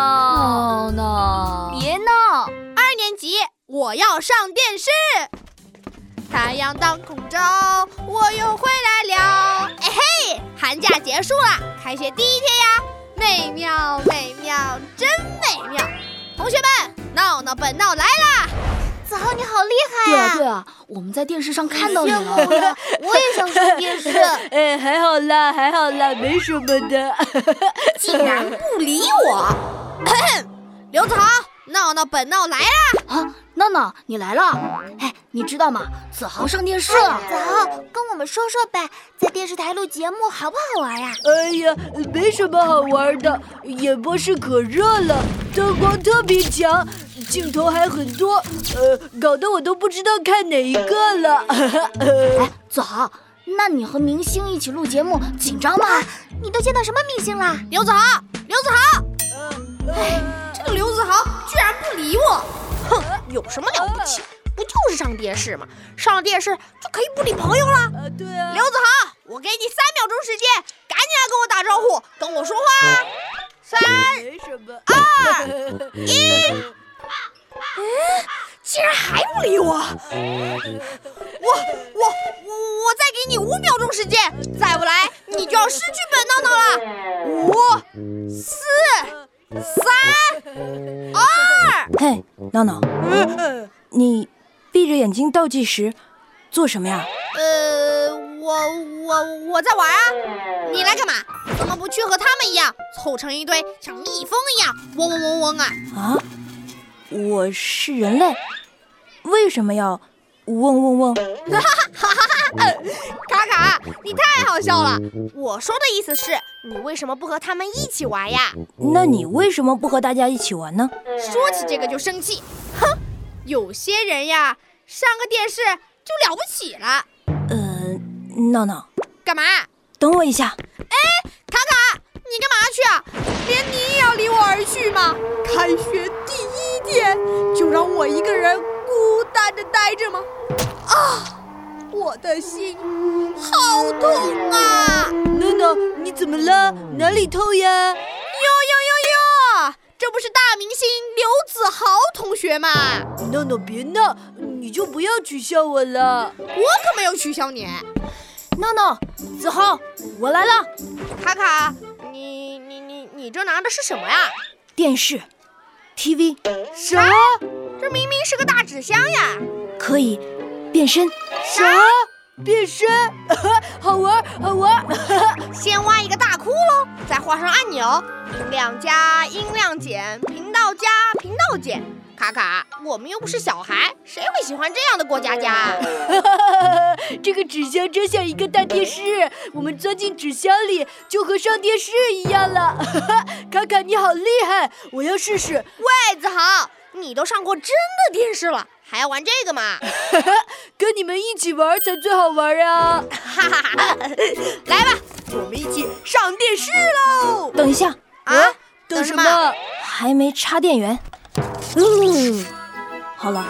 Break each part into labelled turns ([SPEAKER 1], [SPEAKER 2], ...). [SPEAKER 1] 闹闹，
[SPEAKER 2] 别闹！二年级我要上电视。太阳当空照，我又回来了。哎嘿，寒假结束了，开学第一天呀，美妙美妙，真美妙！同学们，闹闹本闹来啦！
[SPEAKER 3] 子豪，你好厉害
[SPEAKER 1] 对啊
[SPEAKER 3] 呀！
[SPEAKER 1] 对啊，我们在电视上看到你
[SPEAKER 3] 羡慕
[SPEAKER 1] 了。
[SPEAKER 3] 了，我也想上电视。
[SPEAKER 1] 哎，还好啦，还好
[SPEAKER 4] 哎
[SPEAKER 1] 啦，没什么的。
[SPEAKER 2] 竟然不理我！刘子豪，闹闹本闹来啦！
[SPEAKER 1] 啊，闹闹，你来了！哎，你知道吗？子豪上电视了。
[SPEAKER 3] 子豪，跟我们说说呗，在电视台录节目好不好玩啊呀、
[SPEAKER 4] 哎呀，没什么好玩的，演播室可热了，灯光特别强，镜头还很多，呃，搞得我都不知道看哪一个了。
[SPEAKER 1] 哎，子豪，那你和明星一起录节目紧张吗？
[SPEAKER 3] 啊你都见到什么明星啦？
[SPEAKER 2] 刘子豪，刘子豪，
[SPEAKER 4] 哎
[SPEAKER 2] 这个刘子豪居然不理我！哼，有什么了不起？不就是上电视吗？上了电视就可以不理朋友了。
[SPEAKER 4] 啊，对啊，
[SPEAKER 2] 刘子豪，我给你三秒钟时间，赶紧来跟我打招呼，跟我说话啊。三，
[SPEAKER 4] 哎没什么。啊
[SPEAKER 2] 竟然还不理我！我我我我再给你五秒钟时间，再不来你就要失去本闹闹了。五、四、三、二，
[SPEAKER 5] 嘿，闹闹，你闭着眼睛倒计时，做什么呀？
[SPEAKER 2] 呃，我我我在玩啊，你来干嘛？怎么不去和他们一样凑成一堆，像蜜蜂一样嗡嗡嗡嗡啊？
[SPEAKER 5] 啊，我是人类，为什么要嗡嗡嗡？
[SPEAKER 2] 卡卡，你太好笑了！我说的意思是，你为什么不和他们一起玩呀？
[SPEAKER 5] 那你为什么不和大家一起玩呢？
[SPEAKER 2] 说起这个就生气，哼！有些人呀，上个电视就了不起了，
[SPEAKER 5] 呃，闹闹，
[SPEAKER 2] 干嘛？
[SPEAKER 5] 等我一下。
[SPEAKER 2] 卡卡，你干嘛去啊？连你也要离我而去吗？开学第一天就让我一个人孤单的待着吗？啊，我的心好痛啊！
[SPEAKER 4] 闹闹，你怎么了？哪里痛呀？
[SPEAKER 2] 哟哟哟哟，这不是大明星刘子豪同学吗？
[SPEAKER 4] 闹闹，别闹，你就不要取笑我了。
[SPEAKER 2] 我可没有取笑你。
[SPEAKER 1] 闹闹，子豪，我来了。
[SPEAKER 2] 卡卡，你你你你这拿的是什么呀？
[SPEAKER 5] 电视，TV
[SPEAKER 2] 啥？这明明是个大纸箱呀！啊
[SPEAKER 5] 可以变身。
[SPEAKER 2] 啥？
[SPEAKER 4] 变身， 好玩，好玩。
[SPEAKER 2] 先挖一个大窟窿，再画上按钮，音量加，音量减，频道加，频道减。卡卡，我们又不是小孩，谁会喜欢这样的过家家啊？
[SPEAKER 4] 这个纸箱真像一个大电视，我们钻进纸箱里就和上电视一样了。 卡卡，你好厉害，我要试试。
[SPEAKER 2] 太子豪，你都上过真的电视了，还要玩这个吗？
[SPEAKER 4] 跟你们一起玩才最好玩啊！
[SPEAKER 2] 哈哈哈！ 来吧，我们一起上电视喽！
[SPEAKER 5] 等一下，
[SPEAKER 2] 啊，
[SPEAKER 4] 等
[SPEAKER 2] 什
[SPEAKER 4] 什
[SPEAKER 2] 么
[SPEAKER 4] 么？
[SPEAKER 5] 还没插电 源。嗯，好了，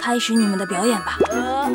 [SPEAKER 5] 开始你们的表演吧。
[SPEAKER 4] 啊